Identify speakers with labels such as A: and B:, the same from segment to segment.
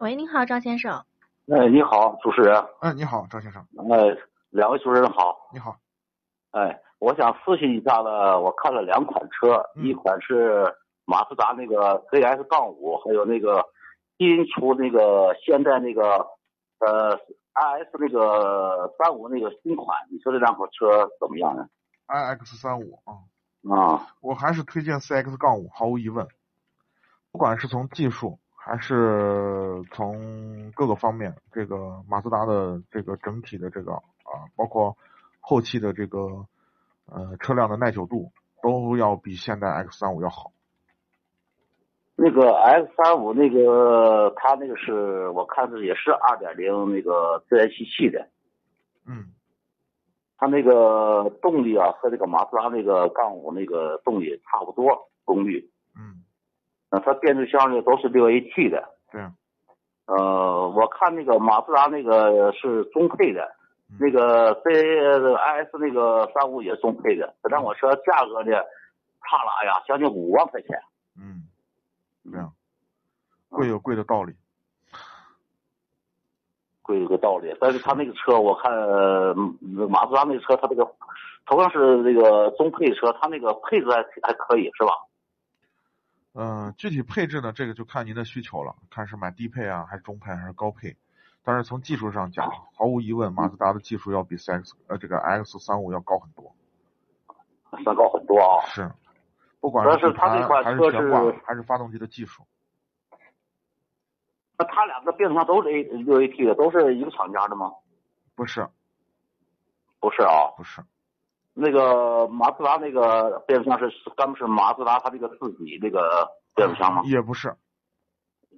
A: 喂，您好，张先生。
B: 哎，你好，主持人。
C: 哎，你好，张先生，
B: 呃，两位主持人好。
C: 你好，
B: 哎，我想咨询一下呢，我看了两款车，
C: 嗯
B: 一款是马自达那个 ZS 杠五，还有那个新出那个现代那个呃 RS 那个三五那个新款，你说这两款车怎么样呢？
C: iX 三五啊，
B: 啊，
C: 我还是推荐 CX 杠五，毫无疑问，不管是从技术还是从各个方面，这个马自达的这个整体的这个啊，包括后期的这个呃车辆的耐久度，都要比现代 X 三五要好。
B: 那个 X 三五那个它那个是我看是也是二点零那个自然吸气的，
C: 嗯，
B: 它那个动力啊和那个马自达那个杠五那个动力差不多功率。
C: 嗯，
B: 呃，它变速箱呢都是六 AT 的。
C: 对啊。
B: 呃，我看那个马自达那个是中配的，
C: 嗯
B: 那个 CIS 那个三五也是中配的，这
C: 嗯
B: 两款车价格呢差了，哎呀，将近五万块钱。
C: 嗯，这样，贵有贵的道理。
B: 贵有个道理，但是他那个车，我看呃马自达那个车，它这个同样是那个中配车，它那个配置还还可以是吧？
C: 嗯，具体配置呢，这个就看您的需求了，看是买低配啊，还是中配，还是高配。但是从技术上讲，毫无疑问，马自达的技术要比 CX 呃这个 X 三五要高很多。
B: 算高很多啊。
C: 是，不管
B: 主要
C: 是
B: 是
C: 底
B: 它这
C: 盘
B: 款
C: 还是
B: 车
C: 悬挂
B: 是
C: 还是发动机的技术，
B: 那它两个变速箱都是 A 六 AT 的，都是一个厂家的吗？
C: 不是
B: 不是啊。
C: 不是，
B: 那个马自达那个变速箱是干不是马自达它这个自己那个变速箱吗？
C: 也不是，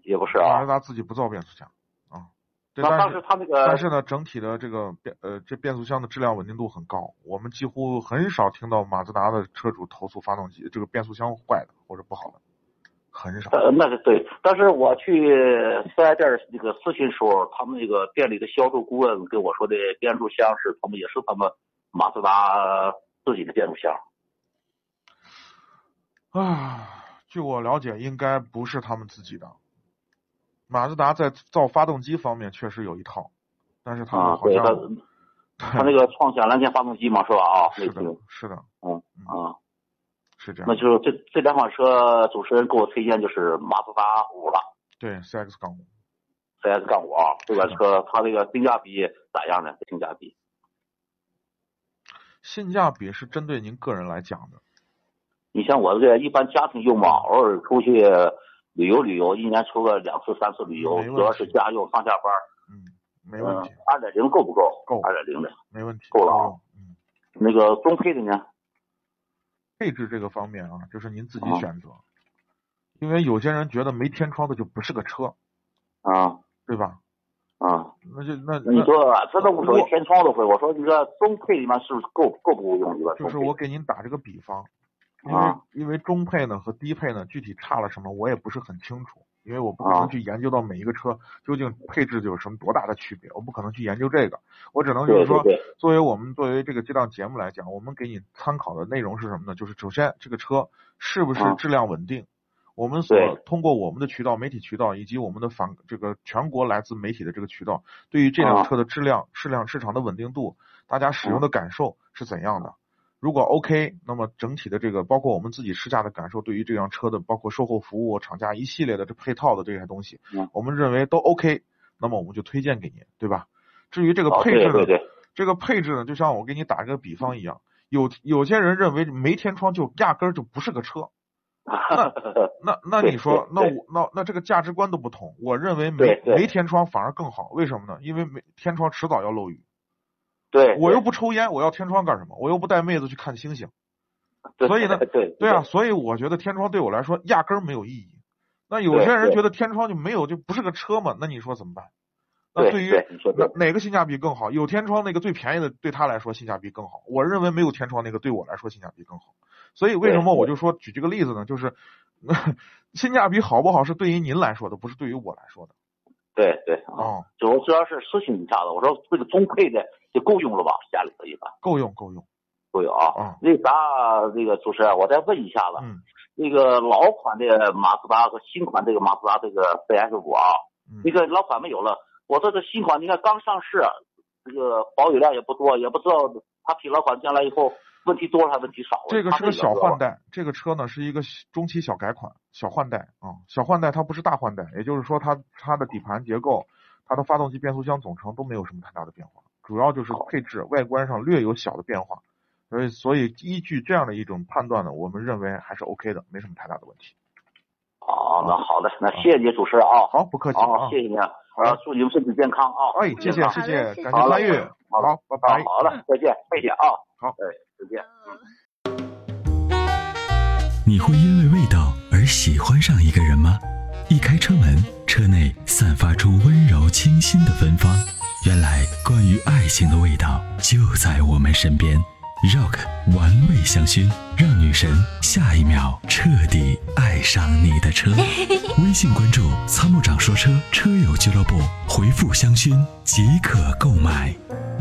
B: 也不是
C: 马
B: 啊
C: 自。达自己不造变速箱啊。对，
B: 那
C: 但
B: 当
C: 是
B: 时它那个
C: 但是呢，整体的这个变呃这变速箱的质量稳定度很高，我们几乎很少听到马自达的车主投诉发动机这个变速箱坏的或者不好的，很少。
B: 呃那个对，但是我去四 S 店儿那个咨询时候，他们那个店里的销售顾问跟我说的变速箱是他们也是他们马自达自己的变速箱。
C: 啊，据我了解，应该不是他们自己的。马自达在造发动机方面确实有一套，但是他们
B: 啊，
C: 好
B: 对，
C: 像
B: 他 他那个创想蓝天发动机嘛是吧？啊，那
C: 是的
B: 个，
C: 是的，
B: 啊。
C: 是这
B: 那
C: 样。
B: 就是这这两款车，主持人给我推荐就是马自达五了
C: 对，CX 杠五，
B: ，CS 杠五啊，这款车它这个性价比咋样呢？性价比
C: 性价比是针对您个人来讲的。
B: 你像我这一般家庭用嘛，偶尔出去旅游旅游，一年出个两次三次旅游
C: 没问，题
B: 主要是家用上下班。
C: 嗯，没问
B: 嗯
C: 题，，
B: 二点零够不够？
C: 够
B: 二点零的。
C: 没问题。
B: 够了啊
C: 嗯，
B: 那个中配的呢？
C: 配置这个方面啊，就是您自己
B: 啊
C: 选择，因为有些人觉得没天窗的就不是个车，
B: 啊
C: 对吧？
B: 啊，
C: 那就那
B: 那你
C: 那
B: 说啊这都无所谓，
C: 我
B: 天窗都会。我说你这中配里面是不是够够不够用？你说
C: 就是
B: 中配
C: 我给您打这个比方，因为、
B: 啊
C: 因为中配呢和低配呢具体差了什么，我也不是很清楚，因为我不可
B: 啊
C: 能去研究到每一个车究竟配置有什么多大的区别，我不可能去研究这个，我只能就是
B: 对对
C: 说，
B: 对，
C: 作为我们作为这个这档节目来讲，我们给你参考的内容是什么呢？就是首先这个车是不
B: 啊
C: 是质量稳定。我们所
B: 对
C: 通过我们的渠道、媒体渠道以及我们的反这个全国来自媒体的这个渠道，对于这
B: 啊
C: 辆车的质量、质量市场的稳定度，大家
B: 嗯
C: 使用的感受是怎样的？如果 OK，那么整体的这个包括我们自己试驾的感受，对于这辆车的包括售后服务、厂家一系列的这配套的这些东西
B: 嗯，
C: 我们认为都 OK，那么我们就推荐给您，对吧？至于这个
B: 哦
C: 配置
B: 对
C: 呢
B: 对，对，
C: 这个配置呢，就像我给你打个比方一样，有有些人认为没天窗就压根儿就不是 个车，那那
B: 对
C: 你说
B: 对，
C: 那
B: 对
C: 我那那这个价值观都不同。我认
B: 对
C: 为没
B: 对
C: 没天窗反而更好，为什么呢？因为没天窗迟早要漏雨，
B: 对，
C: 我又不抽烟，我要天窗干什么？我又不带妹子去看星啊星，
B: 对
C: 所以呢
B: 对
C: 对啊，，所以我觉得天窗对我来说压根儿没有意义。那有些
B: 对
C: 人
B: 对
C: 觉得天窗就没有，就不是个车嘛，那你说怎么办？那
B: 对
C: 对于
B: 对，你说
C: 哪
B: 对，
C: 哪个性价比更好？有天窗那个最便宜的，对他来说性价比更好。我认为没有天窗那个对我来说性价比更好。所以为什么
B: 对
C: 我就说举这个例子呢？就是 性价比好不好是对于您来说的，不是对于我来说的
B: 对对啊，
C: 啊、
B: 主要主要是奢侈品啥的，我说这个中配的就够用了吧？家里头一般
C: 够用够用。
B: 够用啊。
C: 嗯
B: 那啥，那个主持人，我再问一下子，
C: 嗯
B: 那个老款的马自达和新款这个马自达这个 CS 五啊，那
C: 嗯，
B: 个老款没有了，我这个新款你看刚上市，这个保有量也不多，也不知道它比老款将来以后问题多了还问题少啊了。
C: 这个是个小换
B: 换代。
C: 代，这个车呢是一个中期小改款、小换代啊、小换代它不是大换代，也就是说它它的底盘结构、它的发动机、变速箱总成都没有什么太大的变化，主要就是配置、外观上略有小的变化。所以，所以依据这样的一种判断呢，我们认为还是 OK 的，没什么太大的问题。
B: 哦，那好的，那谢谢你主持人啊，
C: 好，不客气
B: 好，
C: 啊，
B: 谢谢你啊，
C: 好
B: 祝你们身体健康啊，
C: 哎，谢谢
B: 健康
C: 谢
A: 好
C: 谢
A: 的，
C: 感
B: 好
C: 谢
B: 嘞
C: 参与，
B: 好
C: 好，拜
B: 好
C: 拜。
B: 好了，再见，再见啊，
C: 哎好
B: 哎，再见。
D: 你会因为味道而喜欢上一个人吗？一开车门，车内散发出温柔清新的芬芳。原来，关于爱情的味道就在我们身边。Rock 玩味香薰，让女神下一秒彻底爱上你的车。微信关注“参谋长说车”车友俱乐部，回复“香薰”即可购买。